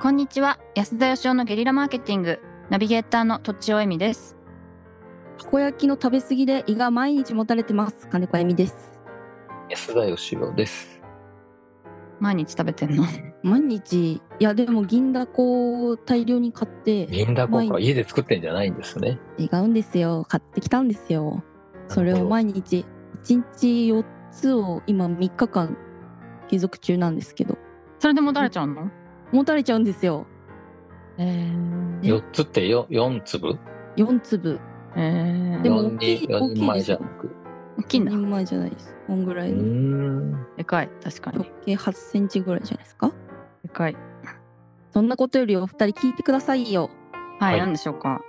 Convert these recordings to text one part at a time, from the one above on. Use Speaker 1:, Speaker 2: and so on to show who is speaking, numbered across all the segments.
Speaker 1: こんにちは安田義雄のゲリラマーケティングナビゲーターのとちおえみです
Speaker 2: たこ焼きの食べ過ぎで胃が毎日もたれてます金子あゆみです
Speaker 3: 安田義雄です。
Speaker 1: 毎日食べてんの
Speaker 2: 毎日いやでも銀だこを大量に買って
Speaker 3: 銀だこか
Speaker 2: 毎
Speaker 3: 家で作ってんじゃないんですね。
Speaker 2: 違うんですよ買ってきたんですよそれを毎日1日4つを今3日間継続中なんですけど
Speaker 1: それでもたれちゃうの
Speaker 2: もたれちゃうんですよ
Speaker 1: えー、
Speaker 3: 4つってよ四粒
Speaker 2: 4粒
Speaker 1: えー、
Speaker 2: で
Speaker 1: でも
Speaker 2: も
Speaker 3: 四
Speaker 2: 大きい
Speaker 3: 人四人前じゃなく。
Speaker 1: 大きいんだ
Speaker 2: 一人前じゃないですこんぐら
Speaker 3: う
Speaker 2: い
Speaker 3: ー
Speaker 2: の
Speaker 3: ん。
Speaker 1: でかい確か
Speaker 2: 直
Speaker 1: に
Speaker 2: 径8センチぐらいじゃないですか
Speaker 1: でかい
Speaker 2: そんなことよりお二人聞いてくださいよ
Speaker 1: は、
Speaker 3: はいい
Speaker 1: なんでしょうか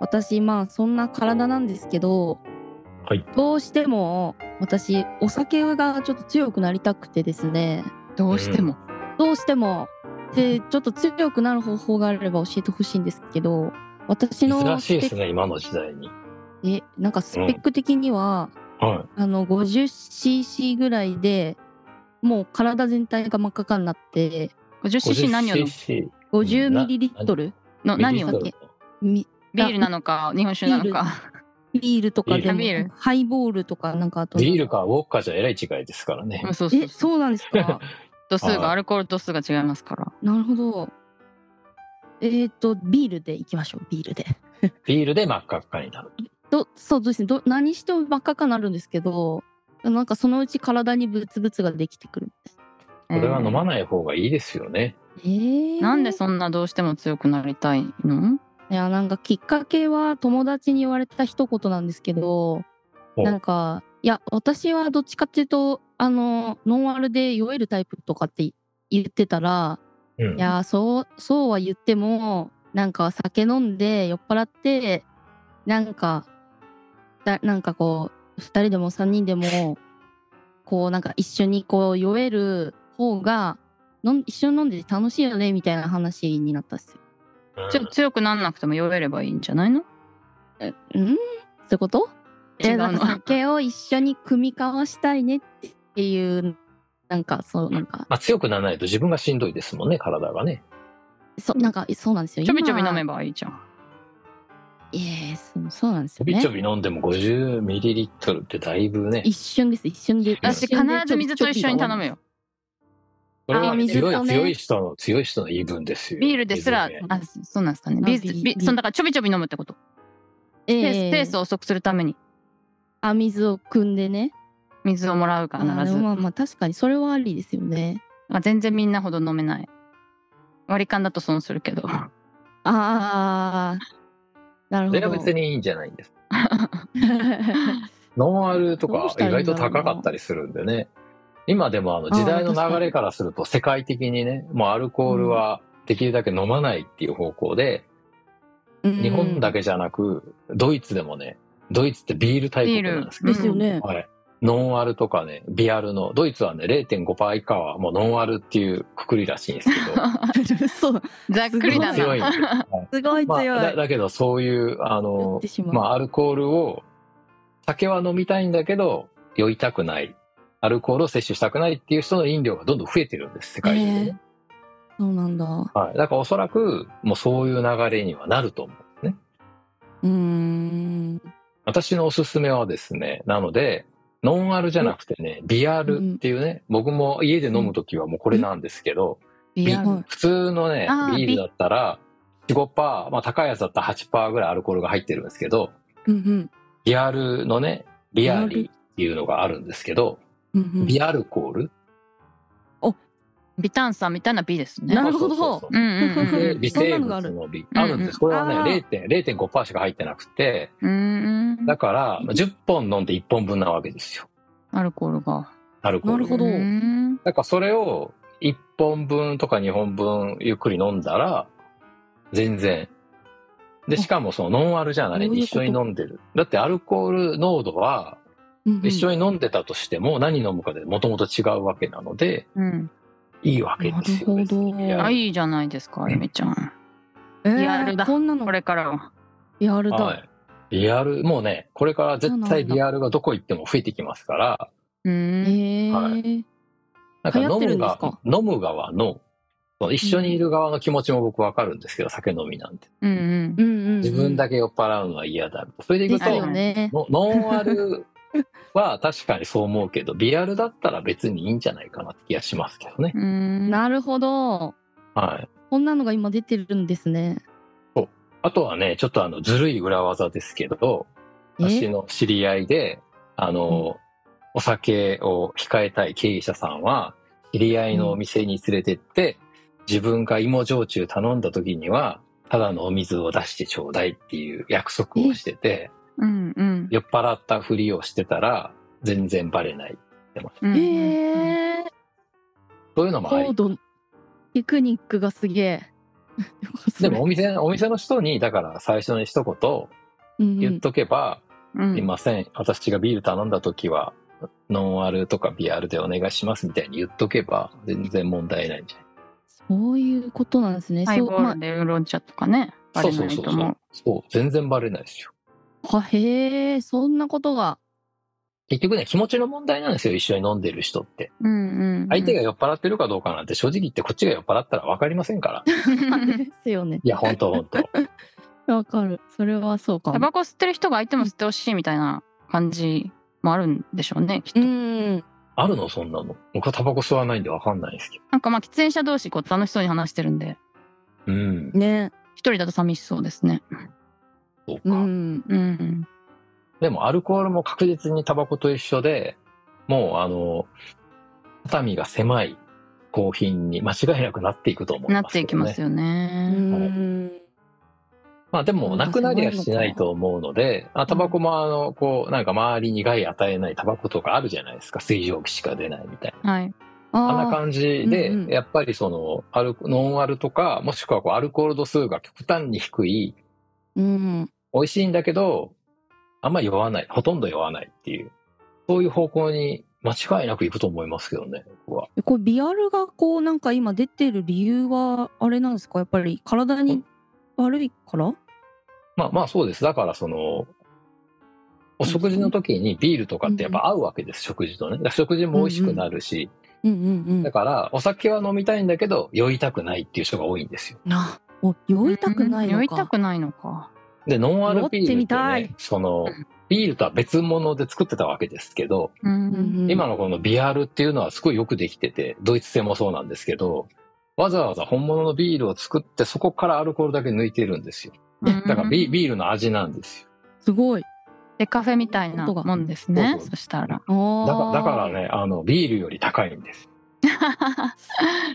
Speaker 2: 私まあそんな体なんですけど、
Speaker 3: はい
Speaker 2: どうしても私お酒がちょっと強くなりたくてですね
Speaker 1: どうしても、
Speaker 2: どうしてもでちょっと強くなる方法があれば教えてほししいんですけど私の
Speaker 3: 珍しいです
Speaker 2: スペ
Speaker 3: ね、今の時代に。
Speaker 2: えなんかスペック的には、
Speaker 3: は
Speaker 2: あの 50cc ぐらいでもう体全体が真っ赤っかになって
Speaker 3: い。
Speaker 1: 50cc 何を飲む
Speaker 3: 50cc
Speaker 2: 50ミリリットル
Speaker 1: の何を
Speaker 3: ミリリットル
Speaker 2: み
Speaker 1: ビールなのか日本酒なのか
Speaker 2: ビールとかでも
Speaker 1: ビール。
Speaker 2: ハイボールとかなんかあと
Speaker 3: ビールかウォッカじゃえらい違いですからね
Speaker 1: そうそう
Speaker 2: え
Speaker 1: そう
Speaker 2: そうなんですか
Speaker 1: 度数
Speaker 3: は
Speaker 1: が
Speaker 3: い
Speaker 1: アルコール度数が違いますから
Speaker 2: なるほど。えー、と、ビールでいきましょう、ビールで。
Speaker 3: ビールで真っ赤っかになる。
Speaker 2: どそうですねど、何しても真っ赤っかなるんですけど、なんかそのうち体にブツブツができてくるみたい
Speaker 3: これは飲ま
Speaker 1: い、
Speaker 3: ない方がいいですよね。
Speaker 2: な。え
Speaker 1: なんでそんなどうしても強くなりたいの
Speaker 2: いや、なんかきっかけは友達に言われた一言なんですけど、
Speaker 3: お
Speaker 2: なんか、いや、私はどっちかっていうと、あの、ノンアルで酔えるタイプとかって言ってたら、
Speaker 3: うん
Speaker 2: いやーそうそうは言ってもなんか酒飲んで酔っ払ってなんかだなんかこう2人でも3人でもこうなんか一緒にこう酔える方がのん一緒に飲んでて楽しいよねみたいな話になったっすよ。
Speaker 1: ちょ強くなんなくても酔えればいいんじゃないの
Speaker 2: えうんそういうこと
Speaker 1: 違う
Speaker 2: え
Speaker 1: の
Speaker 2: なんか酒を一緒に組み交わしたいねっていうなんかそうなんか
Speaker 3: まあ、強くならないと自分がしんどいですもんね、体がね。
Speaker 2: そなんかそうなんですよ。
Speaker 1: ちょびちょび飲め
Speaker 2: ば。
Speaker 1: ばいいじゃん
Speaker 2: ええそうそうなんです
Speaker 3: ち
Speaker 2: よ
Speaker 3: ょびち
Speaker 2: ね
Speaker 3: ょ。び飲んでも50ミリリットルってだいぶね。
Speaker 2: 一瞬です一瞬で。
Speaker 1: 私
Speaker 2: 一
Speaker 1: 必
Speaker 2: 瞬で
Speaker 1: ず水と一緒に頼むよ
Speaker 3: これ
Speaker 2: あー
Speaker 3: は
Speaker 2: 水
Speaker 3: 強
Speaker 2: と
Speaker 3: い
Speaker 2: ね
Speaker 3: 強い人の強い人の言い分ですよ。
Speaker 1: ビールですら
Speaker 3: 水ね
Speaker 1: あそそうなんですかね
Speaker 2: あ
Speaker 1: ビー
Speaker 2: ビー
Speaker 1: ル
Speaker 2: ル
Speaker 1: ビ
Speaker 2: ビール
Speaker 1: そのだからちょびちょび飲むってこと
Speaker 2: え
Speaker 1: ペース
Speaker 2: え
Speaker 1: ペースを遅くするために
Speaker 2: あ水を汲んでね
Speaker 1: 水をもらう
Speaker 2: あ
Speaker 1: 必
Speaker 2: で
Speaker 1: ず
Speaker 2: もまあまあ確かにそれはありですよね
Speaker 1: あ全然みんなほど飲めない割り勘だと損するけどあ
Speaker 2: ああなる
Speaker 3: そ
Speaker 2: ほど
Speaker 3: れ は別にいいんじゃないんです。
Speaker 2: あ
Speaker 3: ノンアルと
Speaker 2: どう
Speaker 3: か
Speaker 2: した
Speaker 3: 意
Speaker 2: らいい
Speaker 3: 外
Speaker 2: んだ
Speaker 3: と
Speaker 2: ろうな
Speaker 3: 高かったりするんでね。今でもあの
Speaker 2: あー
Speaker 3: 時代の流れからすると世界的にね、もうアルコールはできるだけ飲まないっていう方向で、日本だけじゃなく、ドイツでもね、ドイツってビール大国なんですけ
Speaker 1: ビ
Speaker 3: ど、
Speaker 2: ですよね、
Speaker 3: はい。ノンアルとかね、ビアルの、ドイツはね、0.5%以下はもうノンアルっていうくくりらしいんですけ ど、
Speaker 2: そう
Speaker 1: ざっくりだ
Speaker 2: すご
Speaker 1: な
Speaker 3: 強
Speaker 1: い
Speaker 3: んです よ。
Speaker 2: すごい
Speaker 3: ま
Speaker 2: 強
Speaker 3: あ、
Speaker 2: い、
Speaker 3: だだけどそういう、あ
Speaker 2: 酔
Speaker 3: の
Speaker 2: っ、てしまう、
Speaker 3: まあ、アルコールを、酒は飲みたいんだけど、酔いたくない。アルコールを摂取したくないっていう人の飲料がどんどん増えてるんです、世界中でね、
Speaker 2: ええそうなんだ
Speaker 3: はい。だからおそらく、もうそういう流れにはなると思うんですね。
Speaker 2: うーん
Speaker 3: 私のおすすめはですね、なので、ノンアルじゃなくてね、ビアルっていうね、僕も家で飲むときはもうこれなんですけど、
Speaker 1: ビアル
Speaker 2: はい
Speaker 3: 普通のね
Speaker 1: あー、
Speaker 3: ビールだったら、4、5%、まあ高いやつだったら8%ぐらいアルコールが入ってるんですけど、
Speaker 2: うん
Speaker 3: ビアルのね、ビアリーっていうのがあるんですけど、
Speaker 2: うんうんうん
Speaker 3: ビアルコール、
Speaker 1: 微炭酸みたいな B ですね
Speaker 2: なるほど
Speaker 3: そうそう
Speaker 1: うんうん
Speaker 3: そう
Speaker 1: う
Speaker 3: で
Speaker 1: ん
Speaker 3: 微生物のビ
Speaker 1: うん
Speaker 3: あるんです。これは
Speaker 2: あ
Speaker 3: ね
Speaker 2: ー、
Speaker 3: 0.5% 0.5%しか入ってなくて、
Speaker 1: うーん
Speaker 3: だから、まあ10本飲んで1本分なわけですよ。
Speaker 1: アルコールが
Speaker 3: アルコー
Speaker 2: なる
Speaker 3: ル。
Speaker 2: ほど
Speaker 1: うーん
Speaker 3: だからそれを1本分とか2本分ゆっくり飲んだら、全然。で、しかもそのノンアルじゃない
Speaker 2: どういう
Speaker 3: 一
Speaker 2: こと
Speaker 3: 緒に飲んでる。だってアルコール濃度は
Speaker 2: うんうん
Speaker 3: 一緒に飲んでたとしても何飲むかでもともと違うわけなので、
Speaker 1: うん
Speaker 3: いいわけですよ。
Speaker 2: なる
Speaker 3: 別
Speaker 2: ほど
Speaker 3: にいや
Speaker 1: あいいじゃないですかあゆみちゃん
Speaker 2: えー
Speaker 1: リアルだ
Speaker 2: こんなの
Speaker 1: これからは
Speaker 2: リアルだ、
Speaker 3: はい。リアル、もうね、これから絶対リアルがどこ行っても増えてきますから、
Speaker 1: うーん
Speaker 2: ええ
Speaker 3: はなんか
Speaker 2: 流行っ
Speaker 3: 飲
Speaker 2: てる
Speaker 3: む
Speaker 2: んです
Speaker 3: が
Speaker 2: か、
Speaker 3: 飲む側のその一緒にいる側の気持ちも僕わかるんですけど、酒飲みなんて。
Speaker 1: うんうん
Speaker 2: う。んうんうん、
Speaker 3: 自分だけ酔っ払うのは嫌だ。それでい
Speaker 2: です
Speaker 3: くと、
Speaker 2: よね。
Speaker 3: のノンアルは確かにそう思うけど、ビアルだったら別にいいんじゃないかなって気がしますけどね。
Speaker 1: うーん。
Speaker 2: なるほど。
Speaker 3: はい。
Speaker 2: こんなのが今出てるんですね。
Speaker 3: あとはね、ちょっとあの、ずるい裏技ですけど、私
Speaker 2: え
Speaker 3: の知り合いで、あの、お酒を控えたい経営者さんは、知り合いのお店に連れてって、自分が芋焼酎頼んだ時には、ただのお水を出してちょうだいっていう約束をしてて、
Speaker 1: うんうん。
Speaker 3: 酔っ払ったふりをしてたら、全然バレないって言ってました。
Speaker 1: うんうんうん
Speaker 2: え
Speaker 3: そういうのもあり
Speaker 2: 高度のテクニックがすげえ。
Speaker 3: でもお店、お店の人に、だから最初に一
Speaker 2: うん
Speaker 3: 言言っとけば、
Speaker 1: うん
Speaker 3: いません、私がビール頼んだ時は、ノンアルとかビアルでお願いしますみたいに言っとけば、全然問題ないんじゃない
Speaker 2: そういうことなんですね。
Speaker 1: ハイ
Speaker 2: そう
Speaker 1: ボ
Speaker 2: ま
Speaker 1: ールでウーロン茶とかね、バレないと思う。
Speaker 3: そう、全然バレないですよ。
Speaker 2: あ、はへえ、そんなことが。
Speaker 3: 結局ね、気持ちの問題なんですよ、一緒に飲んでる人って。
Speaker 1: うんうんうん。
Speaker 3: 相手が酔っ払ってるかどうかなんて、正直言ってこっちが酔っ払ったら分かりません から。い
Speaker 2: ですよね。
Speaker 3: や、ほんとほんと。
Speaker 2: わかる。それはそう か
Speaker 1: タ
Speaker 2: も。
Speaker 1: バコ吸ってる人が相手も吸ってほしいみたいな感じもあるんでしょうね、きっと。
Speaker 2: うん。
Speaker 3: あるの、そんなの。僕はタバコ吸わないんで分かんないですけど。
Speaker 1: なんかまあ喫煙者同士こう楽しそうに話してるんで、
Speaker 3: うん、
Speaker 2: ね。
Speaker 1: 一人だと寂しそうですね。
Speaker 3: そうか。
Speaker 2: うん。
Speaker 1: うん
Speaker 3: でもアルコールも確実にタバコと一緒で、もうあの、畳が狭いコーヒーに間違いなくなっていくと思
Speaker 1: う
Speaker 3: い
Speaker 1: ん。なっ
Speaker 3: ます
Speaker 1: て
Speaker 3: けどね、
Speaker 1: いきますよ
Speaker 2: う
Speaker 1: ね。
Speaker 2: ん。
Speaker 3: まあでも、なくなりはしないと思うので、あタバコもあの、こう、なんか周りに害与えないタバコとかあるじゃないですか。水蒸気しか出ないみたいな。
Speaker 1: はい。
Speaker 3: あん
Speaker 2: あ
Speaker 3: な
Speaker 2: あ、
Speaker 3: 感じで、
Speaker 2: うんうん
Speaker 3: やっぱりその、アルノンアルとか、もしくはこうアルコール度数が極端に低い、
Speaker 2: うん。
Speaker 3: 美味しいんだけど、あんま酔わない、ほとんど酔わないっていう、そういう方向に間違いなく行くと思いますけどね、僕は。
Speaker 2: これビアルがこうなんか今出てる理由はあれなんですかやっぱり体に悪いから
Speaker 3: まあまあそうです。だからその、お食事の時にビールとかってやっぱ合うわけです、食事とね。だから食事も美味しくなるし、
Speaker 2: うんうんう
Speaker 3: だ
Speaker 2: ん。
Speaker 3: からお酒は飲みたいんだけど、酔いたくないっていう人が多いんですよ。
Speaker 2: な、お、酔いたくないのか。
Speaker 1: 酔いたくないのか。
Speaker 3: で、ノンアルビール
Speaker 2: 酔ってみ
Speaker 3: って
Speaker 2: た
Speaker 3: ね
Speaker 2: い、
Speaker 3: その、ビールとは別物で作ってたわけですけど、
Speaker 1: う
Speaker 2: うん
Speaker 1: ん。
Speaker 2: うん
Speaker 3: 今のこのビアールっていうのはすごいよくできてて、ドイツ製もそうなんですけど、わざわざ本物のビールを作って、そこからアルコールだけ抜いてるんですよ。だからビ,、ビールの味なんですよ。
Speaker 2: すごい。
Speaker 1: デカフェみたいなもんですね
Speaker 3: そう。そう
Speaker 1: そしたら。
Speaker 2: ああ。
Speaker 3: だかだからね、あの、ビールより高いんです。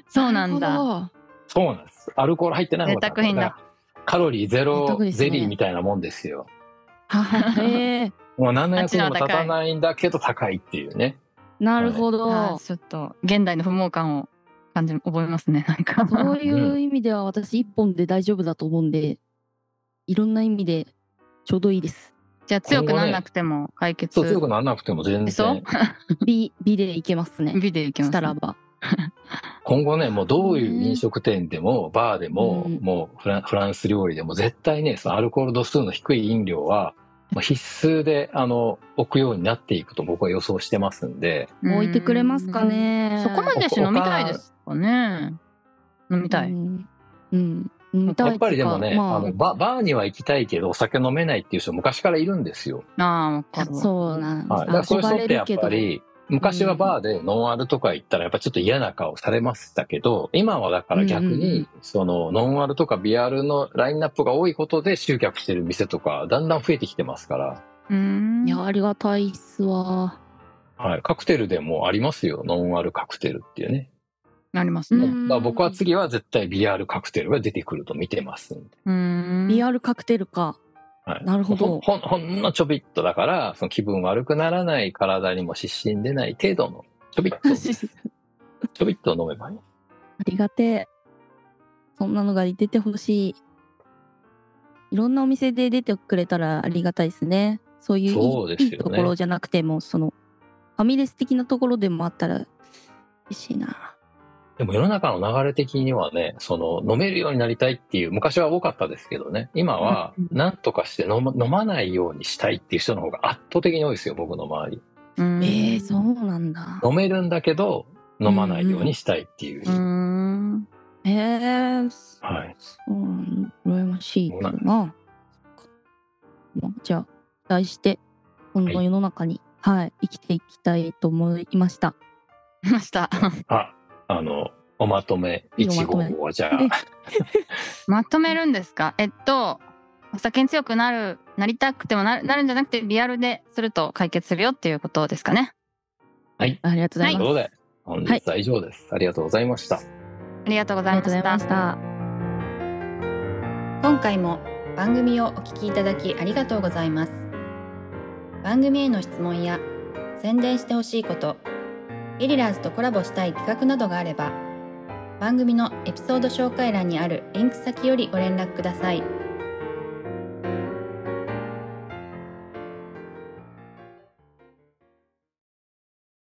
Speaker 1: そうなんだ。
Speaker 2: だ。
Speaker 3: そうなんです。アルコール入ってない方が
Speaker 1: 贅沢品だ
Speaker 3: だからカロリーゼ
Speaker 2: 贅
Speaker 3: ロ
Speaker 2: 沢です
Speaker 3: ゼ
Speaker 2: ね
Speaker 3: リーみたいなもんですよ。
Speaker 2: へえ。
Speaker 3: もう何の役にも立たないんだけど高いっていうね。
Speaker 2: なるほ
Speaker 1: あ
Speaker 2: ど
Speaker 1: ー。ちょっと現代の不毛感を感じ覚えますね。なんか。
Speaker 2: そういう意味では私一本で大丈夫だと思うんで、いろんな意味でちょうどいいです。
Speaker 1: じゃあ強くならなくても解決。
Speaker 3: そう、強くならなくても全
Speaker 1: そう
Speaker 3: 然。
Speaker 2: 美、美でいけますね。
Speaker 1: ビデオいきま
Speaker 2: し
Speaker 1: す。
Speaker 2: たらば。
Speaker 3: 今後ね、もうどういう飲食店でも、バーでも、
Speaker 2: うん
Speaker 3: もうフランフランス料理でも、絶対ね、そのアルコール度数の低い飲料は、まあ必須で、あの、置くようになっていくと僕は予想してますんで、
Speaker 1: うん
Speaker 2: 置いてくれますか。ね。
Speaker 1: そこまでして飲みたいですかね。飲みた
Speaker 2: う
Speaker 1: い。
Speaker 2: ん。うん。飲みたい
Speaker 3: やっぱりでもね、
Speaker 2: まあ
Speaker 3: あ、のバ、バーには行きたいけど、お酒飲めないっていう人昔からいるんですよ。
Speaker 1: ああ、わかるわ。
Speaker 2: そうなん
Speaker 3: はい。だからそういう人ってやっぱり、昔はバーでノンアルとか行ったらやっぱちょっと嫌な顔されましたけど、今はだから逆
Speaker 2: うんうんう
Speaker 3: に
Speaker 2: ん、
Speaker 3: そのノンアルとかビアルのラインナップが多いことで集客してる店とか、だんだん増えてきてますから、
Speaker 1: うーん。
Speaker 2: いや、ありがたいっすわ。
Speaker 3: はい。カクテルでもありますよ、ノンアルカクテルっていうね。
Speaker 1: なりますね。
Speaker 3: だから僕は次は絶対ビアルカクテルが出てくると見てますんで。
Speaker 1: うーん。
Speaker 2: リアルカクテルか。
Speaker 3: はい、
Speaker 2: なるほど
Speaker 3: ほんほんほんのちょびっとだから、その気分悪くならない体にも失神出ない程度の、ちょびっ と、ちょびっと飲めばいい。
Speaker 2: ありがてえ。そんなのが出てほしい。いろんなお店で出てくれたらありがたいですね。そういういい
Speaker 3: そうですよね
Speaker 2: いいところじゃなくても、そのファミレス的なところでもあったら嬉しいな。
Speaker 3: でも世の中の流れ的にはね、その飲めるようになりたいっていう、昔は多かったですけどね、今は
Speaker 1: うん
Speaker 3: 何とかして飲ま飲まないようにしたいっていう人の方が圧倒的に多いですよ、僕の周り。
Speaker 1: うん
Speaker 2: ええそうなんだ。
Speaker 3: 飲めるんだけど、飲まないようにしたいっていう。
Speaker 1: うーん。
Speaker 2: へえ、
Speaker 3: はい。
Speaker 2: うん、羨ましいかな。まあじゃあ、期待して、今後世の中に、はい、生きていきたいと思いました。
Speaker 1: ました。
Speaker 3: あ、あの、おまとめ
Speaker 2: いいおま
Speaker 3: 1
Speaker 2: と
Speaker 3: 号
Speaker 2: め
Speaker 3: はじゃあ
Speaker 2: え、
Speaker 1: まとめるんですかえっと、お酒に強くなる、なりたくてもなるなるんじゃなくて、リアルですると解決するよっていうことですかね。
Speaker 2: ありがとうご
Speaker 3: と
Speaker 2: ざ
Speaker 3: い
Speaker 2: いうま
Speaker 3: こ
Speaker 2: す。
Speaker 3: とで、本日は以上です。ありがとうございました。
Speaker 1: ありがとうござ
Speaker 2: あ
Speaker 1: い
Speaker 2: り
Speaker 1: ま
Speaker 2: が
Speaker 1: し
Speaker 2: とうござい
Speaker 1: た
Speaker 2: まし。た。
Speaker 4: 今回も番組をお聞きいただきありがとうございます番組への質問や宣伝してほしいことゲリラーズとコラボしたい企画などがあれば番組のエピソード紹介欄にあるリンク先よりご連絡ください